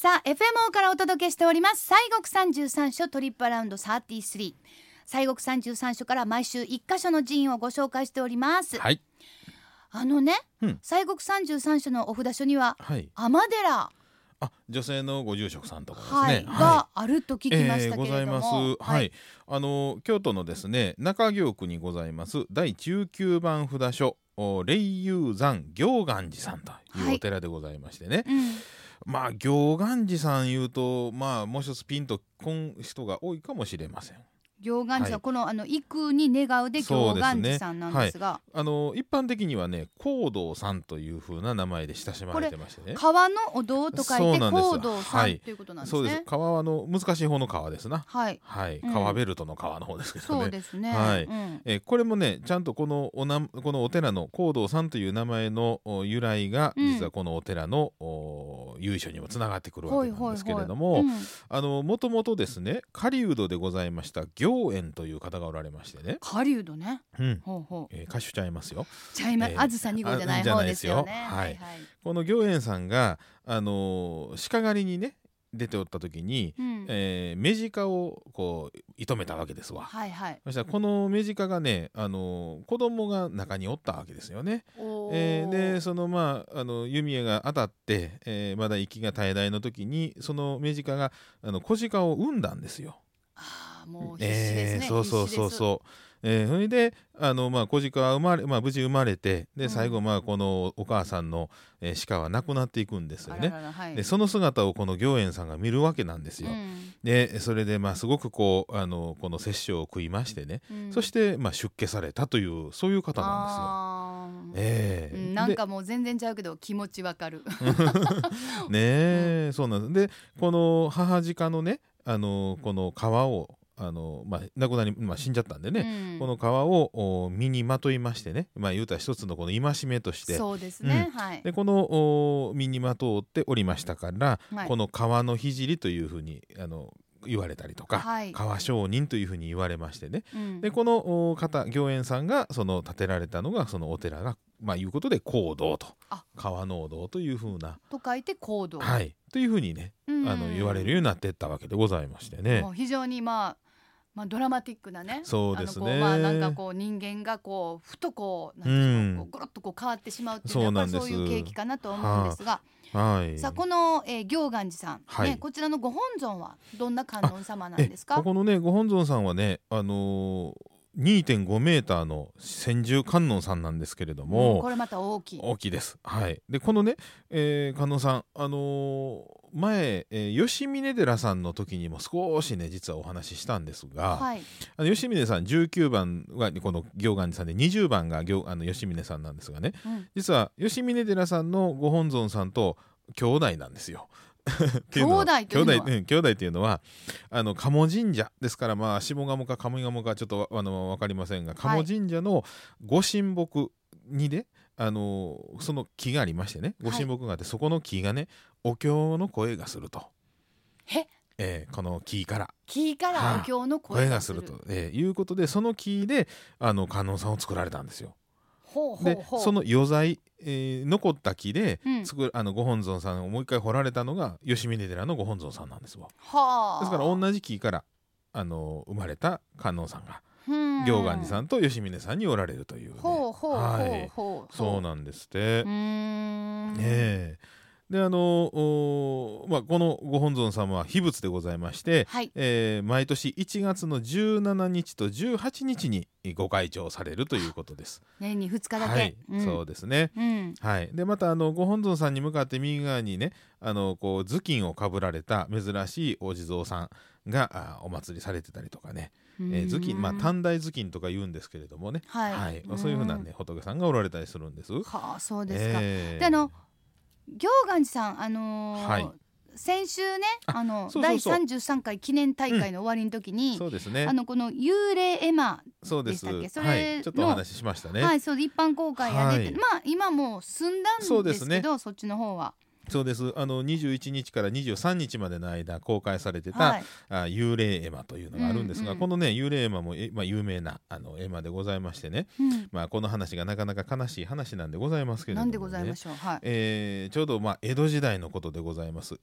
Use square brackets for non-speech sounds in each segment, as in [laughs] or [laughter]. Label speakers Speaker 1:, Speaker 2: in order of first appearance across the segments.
Speaker 1: さあ FMO からお届けしております西国三十三所トリップアラウンド33西国三十三所から毎週一箇所の寺院をご紹介しております、
Speaker 2: はい。
Speaker 1: あのね、
Speaker 2: うん
Speaker 1: 西国三十三所のお札所には
Speaker 2: はい。
Speaker 1: 天寺、
Speaker 2: あ、女性のご住職さんとか
Speaker 1: は
Speaker 2: で
Speaker 1: い
Speaker 2: すね。
Speaker 1: があると聞き
Speaker 2: え
Speaker 1: ましたけ
Speaker 2: ーござ
Speaker 1: れ
Speaker 2: い
Speaker 1: ど
Speaker 2: ます。
Speaker 1: も、
Speaker 2: はい、あの京都のですね中京区にございます第19番札所お霊友山行願寺さんというお寺でございましてね、
Speaker 1: うん
Speaker 2: まあ行願寺さん言うとまあもう一つピンとこん人が多いかもしれません。
Speaker 1: 行願寺さん、
Speaker 2: はい
Speaker 1: このあの幾に願うで行願寺さんなんですが
Speaker 2: あの一般的にはね高堂さんという風な名前で親しまれてましてね。
Speaker 1: 川のお堂と書い
Speaker 2: そう
Speaker 1: て
Speaker 2: なんです
Speaker 1: 行道さ
Speaker 2: は
Speaker 1: ん
Speaker 2: い
Speaker 1: ということなんで
Speaker 2: そ
Speaker 1: す
Speaker 2: うです
Speaker 1: ね。
Speaker 2: 川はあの難しい方の川ですな。
Speaker 1: はい、
Speaker 2: はい、
Speaker 1: うん
Speaker 2: 川ベルトの川の方ですけどね。
Speaker 1: そうですね。
Speaker 2: はい
Speaker 1: うん
Speaker 2: えーこれもねちゃんとこのおなこのお寺の高堂さんという名前のお由来が
Speaker 1: うん
Speaker 2: 実はこのお寺の、お由緒にもつながってくるわ
Speaker 1: ほ
Speaker 2: け
Speaker 1: い
Speaker 2: なん
Speaker 1: ほい
Speaker 2: ですけ
Speaker 1: ほい
Speaker 2: れど
Speaker 1: う
Speaker 2: も
Speaker 1: ん
Speaker 2: あのもともとですね狩人でございました行円という方がおられましてね、
Speaker 1: 狩人ね。
Speaker 2: うん
Speaker 1: ほうほう。
Speaker 2: えー歌手ちゃいますよ
Speaker 1: ちゃいま
Speaker 2: え、ー
Speaker 1: あずさ二号じゃない方ですよね。
Speaker 2: あじゃないですよ
Speaker 1: はい。
Speaker 2: この行円さんが、あのー鹿狩りにね出ておった時に、
Speaker 1: うん
Speaker 2: えー、目鹿をこう射止めたわけですわ。
Speaker 1: はいはい。
Speaker 2: そしたらこの目鹿がね、あのー子供が中におったわけですよね。
Speaker 1: おー
Speaker 2: えーでそのまああの弓矢が当たって、えーまだ息が絶えないの時にそのメジカがあの小鹿を産んだんですよ。
Speaker 1: あーもう必死ですね。
Speaker 2: えーそうそうそう
Speaker 1: う。
Speaker 2: そう。えーそれであの、まあ、小鹿は生まれ、まあ、無事生まれて
Speaker 1: う
Speaker 2: で
Speaker 1: ん
Speaker 2: 最後、まあ、このお母さんの、えー鹿は亡くなっていくんですよ
Speaker 1: あ
Speaker 2: ね。
Speaker 1: らららはい。
Speaker 2: でその姿をこの行円さんが見るわけなんですよ。でそれで、まあ、すごくこうあのこの殺生を食いましてね、そしてて、まあ、出家されたというそういう方なん
Speaker 1: なん
Speaker 2: ですよ。え
Speaker 1: う
Speaker 2: ー
Speaker 1: ん、なん
Speaker 2: で
Speaker 1: かもう全然ちゃうけど気持ちわかる。 [laughs]
Speaker 2: ねえ、そうなんですでこの母鹿のねあのこの皮をあの、まあ、亡くなり、まあ、死んじゃったんでね、
Speaker 1: うん
Speaker 2: この皮をお身にまといましてね、まあ、言うたら一つのこの戒めとして
Speaker 1: そうですね。はい。
Speaker 2: でこのお身にまとっておりましたから、
Speaker 1: はい
Speaker 2: この皮の聖というふうにあの言われたりとか、
Speaker 1: はい
Speaker 2: 皮商人というふうに言われましてね
Speaker 1: うん
Speaker 2: でこのお方行園さんがその建てられたのがそのお寺が、まあ、いうことで講堂と
Speaker 1: あ
Speaker 2: 川のお堂というふうな
Speaker 1: と書いて行動。
Speaker 2: はい、というふうにね、
Speaker 1: うん
Speaker 2: あの言われるようになってったわけでございましてね
Speaker 1: も。う非常にまあまあドラマティックなね。
Speaker 2: そうです
Speaker 1: あの
Speaker 2: ね。
Speaker 1: こうまあなんかこう人間がこうふとこうなんていうの
Speaker 2: うん
Speaker 1: こうゴロッとこう変わってしまうっていうのは
Speaker 2: そ
Speaker 1: や
Speaker 2: うな
Speaker 1: っ
Speaker 2: ん
Speaker 1: ぱ
Speaker 2: で
Speaker 1: り
Speaker 2: す
Speaker 1: そういう契機かなと思うんですが、
Speaker 2: はい。
Speaker 1: さあこの、えー、行願寺さん、
Speaker 2: はい
Speaker 1: ねこちらのご本尊はどんな観音様なんです
Speaker 2: え
Speaker 1: か
Speaker 2: こ。このねご本尊さんはね、あのー、2.5メーターの千住観音さんなんですけれど
Speaker 1: うん
Speaker 2: も、
Speaker 1: これまた大きい。
Speaker 2: 大きいです。はい。でこのね、えー、観音さん、あのー前、えー、吉峰寺さんの時にも少しね実はお話ししたんですが、
Speaker 1: はい。
Speaker 2: あの吉峰さん19番がこの行願寺さんで20番が行あの吉峰さんなんですがね
Speaker 1: うん
Speaker 2: 実は吉峰寺さんのご本尊さんと兄弟なんで
Speaker 1: [laughs]
Speaker 2: すよ。って
Speaker 1: 兄弟というのは
Speaker 2: 兄弟うん兄弟っていうのはあの鴨神社ですからまあ下鴨か上鴨かちょっとわあのわかりませんが
Speaker 1: はい
Speaker 2: 鴨神社のご神木にね、あのその木がありましてねご神木があって、そこの木がねお経の声がすると、
Speaker 1: へ
Speaker 2: えーこの木から
Speaker 1: 木からお経の
Speaker 2: 声
Speaker 1: 声
Speaker 2: が
Speaker 1: が
Speaker 2: す
Speaker 1: す
Speaker 2: る
Speaker 1: る。
Speaker 2: と、えーいうことでその木であの観音さんを作られたんですよ。
Speaker 1: ほうほう
Speaker 2: で
Speaker 1: ほう。
Speaker 2: その余罪、えー残った木で、
Speaker 1: うん
Speaker 2: 作るあのご本尊さんをもう一回掘られたのが吉峰寺のご本尊さんなんですわ
Speaker 1: はあ。
Speaker 2: ですから同じ木からあの生まれた観音さんが
Speaker 1: うん
Speaker 2: 行願寺さんと吉峰さんにおられるというね、
Speaker 1: ほうほうほ
Speaker 2: は
Speaker 1: う
Speaker 2: い
Speaker 1: ほう。
Speaker 2: そうなんですって、
Speaker 1: う
Speaker 2: ね
Speaker 1: ーん。
Speaker 2: えであのおーまあ、このご本尊様は秘仏でございまして、
Speaker 1: はい。
Speaker 2: えー毎年1月の17日と18日にご開帳されるということです。
Speaker 1: 年に二日だけ。
Speaker 2: はい、
Speaker 1: うん、
Speaker 2: そうですね。
Speaker 1: うん。
Speaker 2: はい、でまたあのご本尊さんに向かって右側にねあのこう頭巾をかぶられた珍しいお地蔵さんがあお祭りされてたりとかね、えー頭巾まあ短大頭巾とか言うんですけれどもね、
Speaker 1: はい
Speaker 2: そういうふうなね仏さんがおられたりするんです。
Speaker 1: はあそうですか。
Speaker 2: えー
Speaker 1: であの行願寺さんあのー
Speaker 2: はい
Speaker 1: 先週ねあの
Speaker 2: そうそうそう
Speaker 1: 第三十三回記念大会の終わりの時に、
Speaker 2: そうですね
Speaker 1: あのこの幽霊絵馬、
Speaker 2: そうです
Speaker 1: でしたっけそれの
Speaker 2: はい、ちょっとお話ししましたね。
Speaker 1: はいそう一般公開が出て、
Speaker 2: はい
Speaker 1: まあ今もう済んだんですけ
Speaker 2: そ
Speaker 1: ど
Speaker 2: うですね
Speaker 1: そっちの方は
Speaker 2: そうですあの21日から23日までの間公開されてた、
Speaker 1: はい、
Speaker 2: あ幽霊絵馬というのがあるんです
Speaker 1: うん
Speaker 2: が、
Speaker 1: うん
Speaker 2: このね幽霊絵馬も、えまあ、有名なあの絵馬でございましてね、
Speaker 1: うん
Speaker 2: まあ、この話がなかなか悲しい話なんでございますけれど
Speaker 1: な
Speaker 2: も、ね、
Speaker 1: んでございましょう。はい。
Speaker 2: えーちょうどまあ江戸時代のことでございます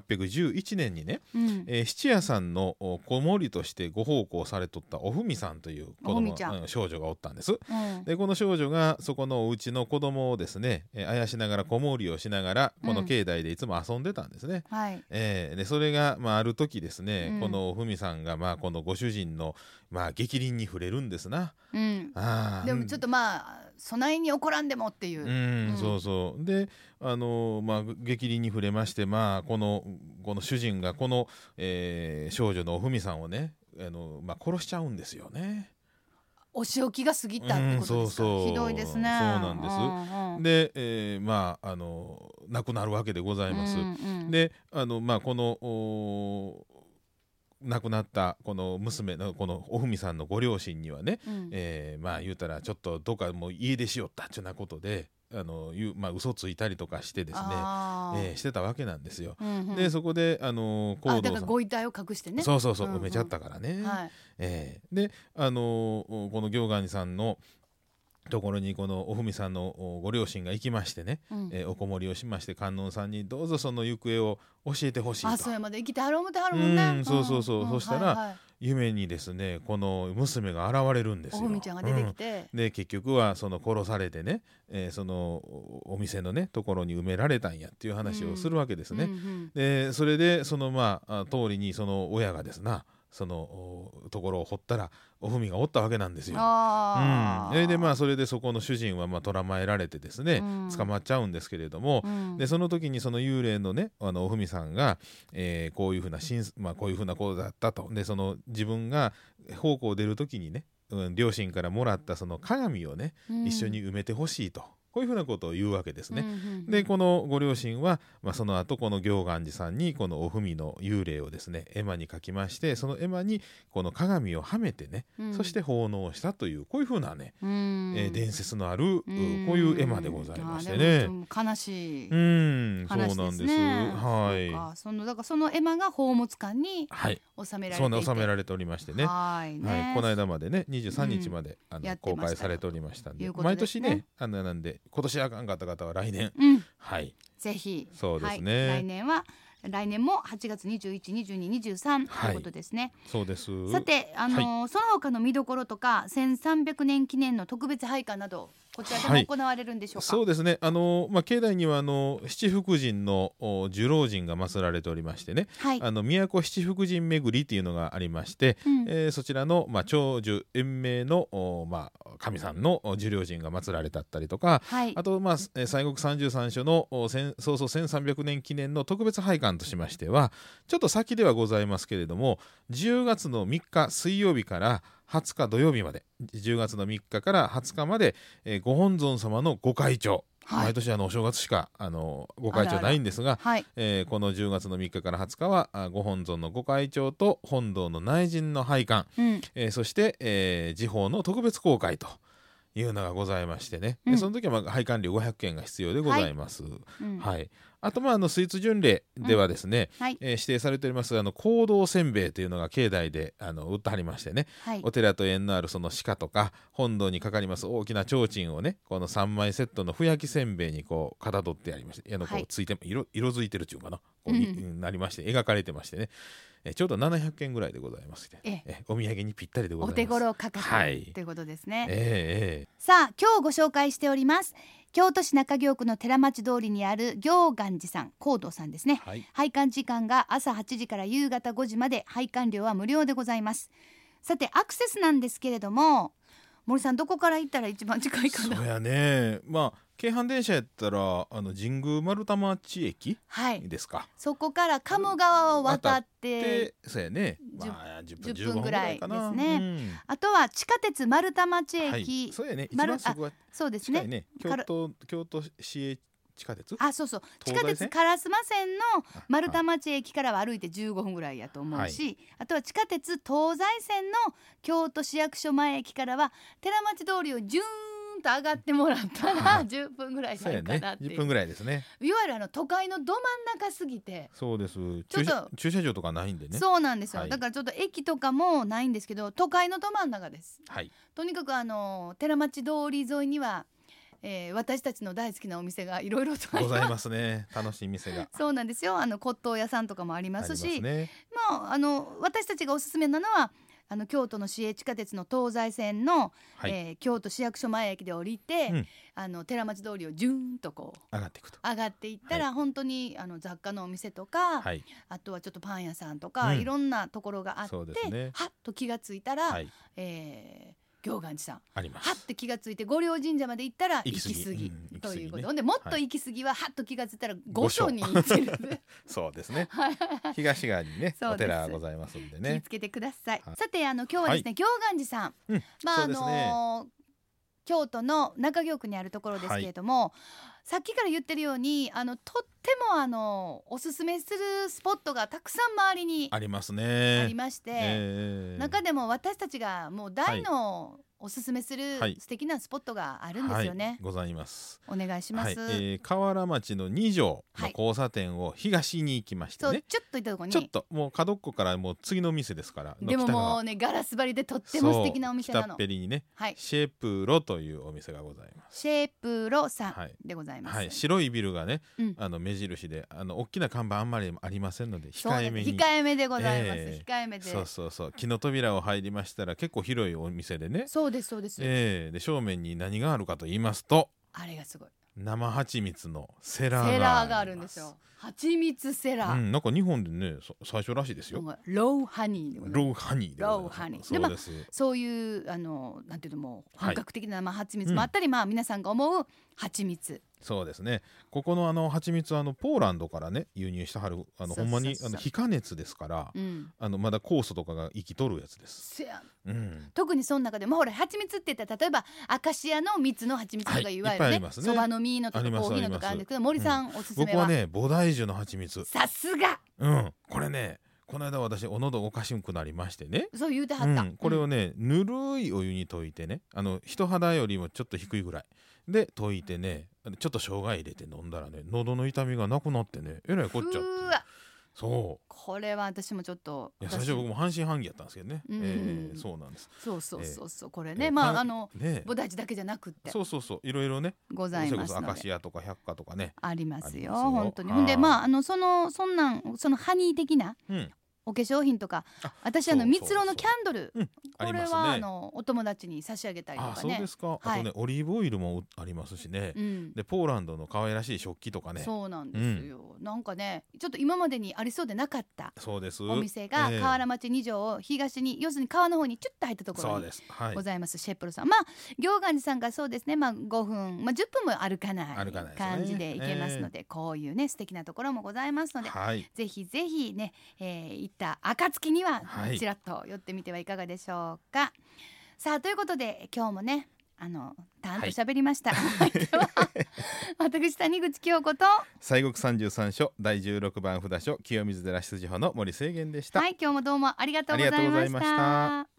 Speaker 2: 1811年にね、
Speaker 1: うん。
Speaker 2: えー七夜さんのお子守としてご奉公されとったおふみさんという子
Speaker 1: おふ
Speaker 2: 供
Speaker 1: みちゃん
Speaker 2: うん少女がおったんです。
Speaker 1: うん
Speaker 2: でこの少女がそこのお家の子供をですね、えーあやしながら子守をしながらこ
Speaker 1: う
Speaker 2: の
Speaker 1: ん
Speaker 2: 境内でいつも遊んでたんですね。
Speaker 1: はい。
Speaker 2: えーでそれが、まあ、ある時ですね、
Speaker 1: うん
Speaker 2: このおふみさんが、まあ、このご主人の、まあ、逆鱗に触れるんですな。
Speaker 1: うん。
Speaker 2: あー
Speaker 1: でもちょっとまあ備えに怒らんでもっていうう。
Speaker 2: ん、
Speaker 1: うん
Speaker 2: そうそうであのーまあ激鱗に触れましてまあこのこの主人がこの、えー少女のおふみさんをねあのまあ殺しちゃうんですよね。
Speaker 1: お仕置きが過ぎたってことですか。
Speaker 2: うんそうそう
Speaker 1: ひどいですね。
Speaker 2: そうなんです
Speaker 1: うんうん
Speaker 2: で、えーまああの亡くなるわけでございます。
Speaker 1: うんうん
Speaker 2: であのまあこのお亡くなったこの娘のこのおふみさんのご両親にはね、
Speaker 1: うん
Speaker 2: えーまあ言うたらちょっとどうかもう家出しよったっちゅうなことであのいうまあ嘘ついたりとかしてですね、
Speaker 1: あー
Speaker 2: えーしてたわけなんですよ。
Speaker 1: うんうん
Speaker 2: でそこであの
Speaker 1: あ
Speaker 2: 行
Speaker 1: だ
Speaker 2: 動
Speaker 1: からご遺体を隠してね。
Speaker 2: そうそうそう、
Speaker 1: うんうん
Speaker 2: 埋めちゃったからね。
Speaker 1: はい。
Speaker 2: えーであのーこの行願寺さんのところにこのおふみさんのおご両親が行きましてね、
Speaker 1: うん
Speaker 2: えーおこもりをしまして観音さんにどうぞその行方を教えてほしい
Speaker 1: あ
Speaker 2: と
Speaker 1: そうやまで生きてはる思ってはるもんね。
Speaker 2: うんそうそうそうんそしたら
Speaker 1: はいはい
Speaker 2: 夢にですねこの娘が現れるんです
Speaker 1: お
Speaker 2: よ。
Speaker 1: ふみちゃんが出て
Speaker 2: う
Speaker 1: き
Speaker 2: ん
Speaker 1: て。
Speaker 2: で結局はその殺されてね、えーそのおお店のねところに埋められたんやっていう話をするわけですね。
Speaker 1: うんうん
Speaker 2: でそれでそのまああ通りにその親がですなそのおところを掘ったらおふみがおったわけなんですよ。
Speaker 1: ああ。
Speaker 2: うん、それでまあそれでそこの主人はまあ捕らまえられてですね、
Speaker 1: うん
Speaker 2: 捕まっちゃうんですけれども、
Speaker 1: うん
Speaker 2: でその時にその幽霊のねあのおふみさんが、えーこういうふうなしん、まあ、こういうふうな子だったとでその自分が奉公を出る時にね、うん、両親からもらったその鏡をね一緒に埋めてほしいと、こういうふうなことを言うわけですね。でこのご両親は、まあ、その後この行願寺さんにこのおふみの幽霊をですね絵馬に書きましてその絵馬にこの鏡をはめてね、そして奉納したというこういうふうなね、えー伝説のある、こういう絵馬でございましてね。
Speaker 1: ね。悲しい
Speaker 2: うん、そうなん
Speaker 1: 話
Speaker 2: で
Speaker 1: です
Speaker 2: す。
Speaker 1: ね。そう
Speaker 2: は
Speaker 1: かそのだからその絵馬が宝物館に
Speaker 2: い。はい、
Speaker 1: 収められていて。
Speaker 2: そうね、収められておりましてね。は
Speaker 1: はい
Speaker 2: い、
Speaker 1: ね。
Speaker 2: この間までね、23日まで、あ
Speaker 1: や
Speaker 2: の
Speaker 1: って
Speaker 2: 公
Speaker 1: ましたよ
Speaker 2: 開されておりましたんで、
Speaker 1: いうこと
Speaker 2: 毎
Speaker 1: です
Speaker 2: 年
Speaker 1: ね
Speaker 2: ね、あのなんで今年あかんかった方は来年、
Speaker 1: うん、
Speaker 2: はい、
Speaker 1: ぜひ。
Speaker 2: そうです
Speaker 1: はい、来
Speaker 2: ね。
Speaker 1: 年は来年も8月21、22、23と
Speaker 2: はいいう
Speaker 1: ことですね。
Speaker 2: そうです。
Speaker 1: さて、あのーその他の見どころとか1300年記念の特別拝観などこちらでも行われるんでしょうか。
Speaker 2: そうですね。あのまあ境内にはあの七福神のお寿老人が祀られておりましてね、
Speaker 1: はい。
Speaker 2: あの都七福神巡りっていうのがありまして、
Speaker 1: うん
Speaker 2: えーそちらの、まあ、長寿延命の、おまあ、神さんのお寿老人が祀られたったりとか
Speaker 1: はい
Speaker 2: あ。と、まあえー西国三十三所のお千そうそう1300年記念の特別拝観としましてはちょっと先ではございますけれども10月の3日水曜日から20日土曜日まで10月の3日から20日まで、えーご本尊様のご開帳、
Speaker 1: は
Speaker 2: 毎
Speaker 1: い。
Speaker 2: 年あのお正月しかあのご開帳ないんですが
Speaker 1: はい。
Speaker 2: えーこの10月の3日から20日はあご本尊のご開帳と本堂の内陣の拝観、
Speaker 1: うん。
Speaker 2: えーそして、えー、時報の特別公開というのがございましてね、
Speaker 1: うん
Speaker 2: でその時は、まあ、拝観料500円が必要でございます。は
Speaker 1: う
Speaker 2: い
Speaker 1: ん
Speaker 2: あと、まあ、あのスイーツ巡礼ではですね、
Speaker 1: うんはい
Speaker 2: えー指定されておりますあの行動せんべいというのが境内であの売ってはりましてね
Speaker 1: はい。
Speaker 2: お寺と縁のあるその鹿とか本堂にかかります大きな提灯をねこの3枚セットのふやきせんべいにこうかたどってありましてあのこ
Speaker 1: は
Speaker 2: う
Speaker 1: い
Speaker 2: ついて、色色づいてるっていうかなこう、い
Speaker 1: うん
Speaker 2: なりまして描かれてましてねえちょうど700円ぐらいでございます
Speaker 1: ええ
Speaker 2: えお土産にぴったりでご
Speaker 1: お
Speaker 2: ざいます
Speaker 1: 手頃価格
Speaker 2: はい
Speaker 1: ということですね。
Speaker 2: えええ
Speaker 1: さあ今日ご紹介しております京都市中京区の寺町通りにある行願寺さん高堂さんですね
Speaker 2: えはい
Speaker 1: 拝観時間が朝8時から夕方5時まで拝観料は無料でございますさてアクセスなんですけれども森さんどこから行ったら一番近いか
Speaker 2: そ
Speaker 1: な
Speaker 2: うやねまあ京阪電車やったらあの神宮丸太町駅
Speaker 1: はい
Speaker 2: ですか
Speaker 1: そこから鴨川を渡って
Speaker 2: でそうやね
Speaker 1: じゅ
Speaker 2: まあ10分
Speaker 1: 10
Speaker 2: 15分ぐらいかな
Speaker 1: ぐらいです
Speaker 2: ね、
Speaker 1: あとは地下鉄丸太町
Speaker 2: う
Speaker 1: 駅、
Speaker 2: んはい、そうやね一
Speaker 1: 丸
Speaker 2: 番そこは
Speaker 1: そうです
Speaker 2: 近
Speaker 1: ね
Speaker 2: いね
Speaker 1: か
Speaker 2: 京
Speaker 1: ら
Speaker 2: 都京都市営地下鉄
Speaker 1: あそうそう地
Speaker 2: 東
Speaker 1: 下
Speaker 2: 西
Speaker 1: 鉄
Speaker 2: 線
Speaker 1: 烏丸線の
Speaker 2: あ
Speaker 1: 丸
Speaker 2: は
Speaker 1: 太町駅からは歩いて15分ぐらいやと思うし、あとは地下鉄東西線の京都市役所前駅からは寺町通りをジューンと上がってもらった
Speaker 2: [laughs]
Speaker 1: ら10分ぐらい
Speaker 2: そう
Speaker 1: な
Speaker 2: や
Speaker 1: んか
Speaker 2: ね
Speaker 1: なっていう
Speaker 2: 10分ぐらいですね
Speaker 1: いわゆるあの都会のど真ん中すぎて、
Speaker 2: そうです
Speaker 1: ちょっと
Speaker 2: 駐車駐車場とかないんでね
Speaker 1: そうなんですよ、
Speaker 2: はい
Speaker 1: だからちょっと駅とかもないんですけど都会のど真ん中です
Speaker 2: はい
Speaker 1: とにかくあの寺町通り沿いには、えー私たちの大好きなお店がいろいろとあり
Speaker 2: ござい
Speaker 1: ま
Speaker 2: ますね楽しい店
Speaker 1: [laughs]
Speaker 2: が
Speaker 1: すそうなんですよあの骨董屋さんとかもあり
Speaker 2: あ
Speaker 1: ま
Speaker 2: りますす
Speaker 1: し
Speaker 2: ね
Speaker 1: まあ、あの私たちがおすすめなのはあの京都の市営地下鉄の東西線の、
Speaker 2: はい、
Speaker 1: えー京都市役所前駅で降りて、
Speaker 2: うん
Speaker 1: あの寺町通りをジューンとこう
Speaker 2: 上がっていくと
Speaker 1: 上がっていったら、本当にあの雑貨のお店とか、
Speaker 2: はい
Speaker 1: あとはちょっとパン屋さんとか、
Speaker 2: うん
Speaker 1: いろんなところがあって、
Speaker 2: そうですね
Speaker 1: はっと気がついたら、
Speaker 2: はい
Speaker 1: えー行願寺さん
Speaker 2: ありま
Speaker 1: はっ
Speaker 2: す
Speaker 1: て気がついて五稜神社まで行ったら行
Speaker 2: 行き過
Speaker 1: き過
Speaker 2: ぎ
Speaker 1: ぎ
Speaker 2: うん
Speaker 1: ということ、
Speaker 2: 行き過ぎね
Speaker 1: ほんでもっと
Speaker 2: はい
Speaker 1: 行き過ぎははっと気がついたら
Speaker 2: 御
Speaker 1: 御所
Speaker 2: 所
Speaker 1: に行ってる
Speaker 2: そうですね
Speaker 1: はい
Speaker 2: 東側にね
Speaker 1: [laughs] そう
Speaker 2: お
Speaker 1: です
Speaker 2: 寺ございますん
Speaker 1: 気
Speaker 2: で
Speaker 1: を
Speaker 2: ね
Speaker 1: つけてください。
Speaker 2: はい
Speaker 1: さてあの今日はですね、行願寺さん、
Speaker 2: うん
Speaker 1: まあ、
Speaker 2: そうですね
Speaker 1: あのー京都の中京区にあるところですけれども、さっきから言ってるようにあのとってもあのおすすめするスポットがたくさん周りに
Speaker 2: あります
Speaker 1: あ
Speaker 2: ね
Speaker 1: りまして、
Speaker 2: ええ
Speaker 1: 中でも私たちがもう大のおすすめする
Speaker 2: はい
Speaker 1: 素敵なスポットがあるんですよね。
Speaker 2: はい、ございます
Speaker 1: お願いします。
Speaker 2: はいえー、河原町の二条の
Speaker 1: はい
Speaker 2: 交差点を東に行きまして
Speaker 1: そう
Speaker 2: ね、
Speaker 1: ちょっといたとこに
Speaker 2: ちょっともう角っこからもう次の店ですから
Speaker 1: でももう
Speaker 2: う
Speaker 1: ねガラス張りでとっても素敵なお店な
Speaker 2: 北
Speaker 1: の
Speaker 2: っ。ぺりにね
Speaker 1: はい、
Speaker 2: シェプロというお店がございます
Speaker 1: シェープロさ
Speaker 2: はい
Speaker 1: んでございます。
Speaker 2: はい、白いビルがね、
Speaker 1: うん
Speaker 2: あの目印であの大きな看板あんまりありませんので
Speaker 1: そう
Speaker 2: 控えめに
Speaker 1: 控えめでございます、
Speaker 2: ええ
Speaker 1: 控えめで
Speaker 2: そうそうそう木の扉を入りましたら結構広いお店でね、
Speaker 1: そうですそうです、
Speaker 2: えーで正面に何があるかと言いますと
Speaker 1: あれがすごい
Speaker 2: 生蜂蜜のセラーが
Speaker 1: セラーがあるんです
Speaker 2: あり
Speaker 1: よ蜂蜜セ
Speaker 2: ま
Speaker 1: ラー、
Speaker 2: すうん、なんか日本でねそ最初らしいですよ、
Speaker 1: もうローハニーでございます
Speaker 2: ローハニーでござい
Speaker 1: ロー
Speaker 2: ます
Speaker 1: ハニーで
Speaker 2: そうです、
Speaker 1: そういうあのなんていうのもう
Speaker 2: はい
Speaker 1: 本格的なまあ蜂蜜もあったり、まあ皆さんが思う蜂蜜
Speaker 2: そうですねここのあの蜂蜜はあのポーランドからね輸入してはるあ
Speaker 1: そう
Speaker 2: の
Speaker 1: そうそう
Speaker 2: ほんまにあの非加熱ですから、
Speaker 1: うん
Speaker 2: あのまだ酵素とかが生きとるやつです、
Speaker 1: せや
Speaker 2: うん、
Speaker 1: 特にその中でもほら蜂蜜って言ったら例えばアカシアの蜜の蜂蜜とか
Speaker 2: はい
Speaker 1: いわゆ
Speaker 2: いっぱいあ
Speaker 1: る
Speaker 2: り
Speaker 1: ね
Speaker 2: ますね
Speaker 1: そば、の実のと
Speaker 2: あ
Speaker 1: か
Speaker 2: ります
Speaker 1: コーヒーのとかあ
Speaker 2: あ
Speaker 1: るんで
Speaker 2: ります
Speaker 1: すけど森さん、おすすめ
Speaker 2: 僕
Speaker 1: は
Speaker 2: はね菩提樹の蜂蜜
Speaker 1: さすが
Speaker 2: うんこれねこの間私お喉おかしくなりましてね
Speaker 1: そう言うては
Speaker 2: う
Speaker 1: った、
Speaker 2: ん、これをね、ぬるいお湯に溶いてねあの人肌よりもちょっと低いぐらいで溶いてねちょっと生姜入れて飲んだらね喉の痛みがなくなってねえらいこっちゃっ
Speaker 1: うー
Speaker 2: て
Speaker 1: わ
Speaker 2: そ
Speaker 1: これは私もちょっと
Speaker 2: ういや最初僕も半信半疑やったんですけどね、
Speaker 1: うん
Speaker 2: えーそうなんです
Speaker 1: そうそうそうそう、これね、
Speaker 2: えー
Speaker 1: まあ
Speaker 2: か
Speaker 1: あの
Speaker 2: ね
Speaker 1: 菩提寺だけじゃなくって
Speaker 2: そうそうそういろいろね
Speaker 1: ご
Speaker 2: そ
Speaker 1: ざ
Speaker 2: れ
Speaker 1: い
Speaker 2: こ
Speaker 1: ます
Speaker 2: そア
Speaker 1: の
Speaker 2: カ
Speaker 1: で。
Speaker 2: シアとか百科とかね、
Speaker 1: ありますよ
Speaker 2: ありますよ
Speaker 1: 本当に
Speaker 2: はい
Speaker 1: ほんでまああのそのそんなんそのハニー的な
Speaker 2: うん、
Speaker 1: お化粧品とか
Speaker 2: あ
Speaker 1: 私あの
Speaker 2: そうそう
Speaker 1: 蜜ろのキャンドル
Speaker 2: あ
Speaker 1: こ
Speaker 2: り
Speaker 1: れ
Speaker 2: ますね
Speaker 1: はあのお友達に差し上げたりと
Speaker 2: あ
Speaker 1: か
Speaker 2: そう
Speaker 1: ね
Speaker 2: ですか、あとねオリーブオイルもありますしね、
Speaker 1: うん
Speaker 2: でポーランドの可愛らしい食器とかねそう
Speaker 1: そうなんですよなんかねちょっと今までにありそうでなかった
Speaker 2: です
Speaker 1: お店が
Speaker 2: ええ
Speaker 1: 河原町二条を東に要するに川の方にちょっと入ったとこ
Speaker 2: そ
Speaker 1: ろ
Speaker 2: う
Speaker 1: に
Speaker 2: ですはい
Speaker 1: ございますシェップロさんまあ行願寺さんがそうですねまあ5分まあ10分も歩かな
Speaker 2: 歩か
Speaker 1: い
Speaker 2: ないですね
Speaker 1: 感じで行けますのでこういうね素敵なところもございますので
Speaker 2: はい
Speaker 1: ぜひぜひね、えー行った暁には
Speaker 2: はい
Speaker 1: ちらっと寄ってみてはいかがでしょうか。さあということで今日もねあのたんと
Speaker 2: はい
Speaker 1: 喋りま
Speaker 2: [laughs]
Speaker 1: した。お相手は私谷口京子と
Speaker 2: 西国三十三所第十六番札所清水寺出自法の森清源でした、
Speaker 1: はい今日もどうもありがとうござ
Speaker 2: あ
Speaker 1: い
Speaker 2: りが
Speaker 1: ま
Speaker 2: とう
Speaker 1: し。
Speaker 2: ございました